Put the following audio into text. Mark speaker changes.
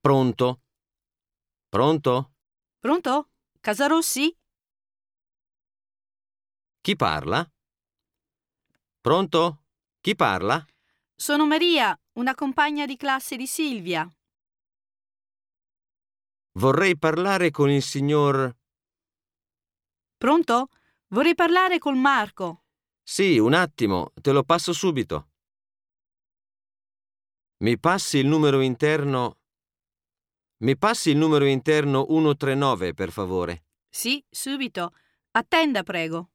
Speaker 1: Pronto? Pronto?
Speaker 2: Pronto? Casarossi?
Speaker 1: Chi parla? Pronto? Chi parla?
Speaker 2: Sono Maria, una compagna di classe di Silvia.
Speaker 1: Vorrei parlare con il signor...
Speaker 2: Pronto? Vorrei parlare con Marco.
Speaker 1: Sì, un attimo, te lo passo subito. Mi passi il numero interno... Mi passi il numero interno 139, per favore.
Speaker 2: Sì, subito. Attenda, prego.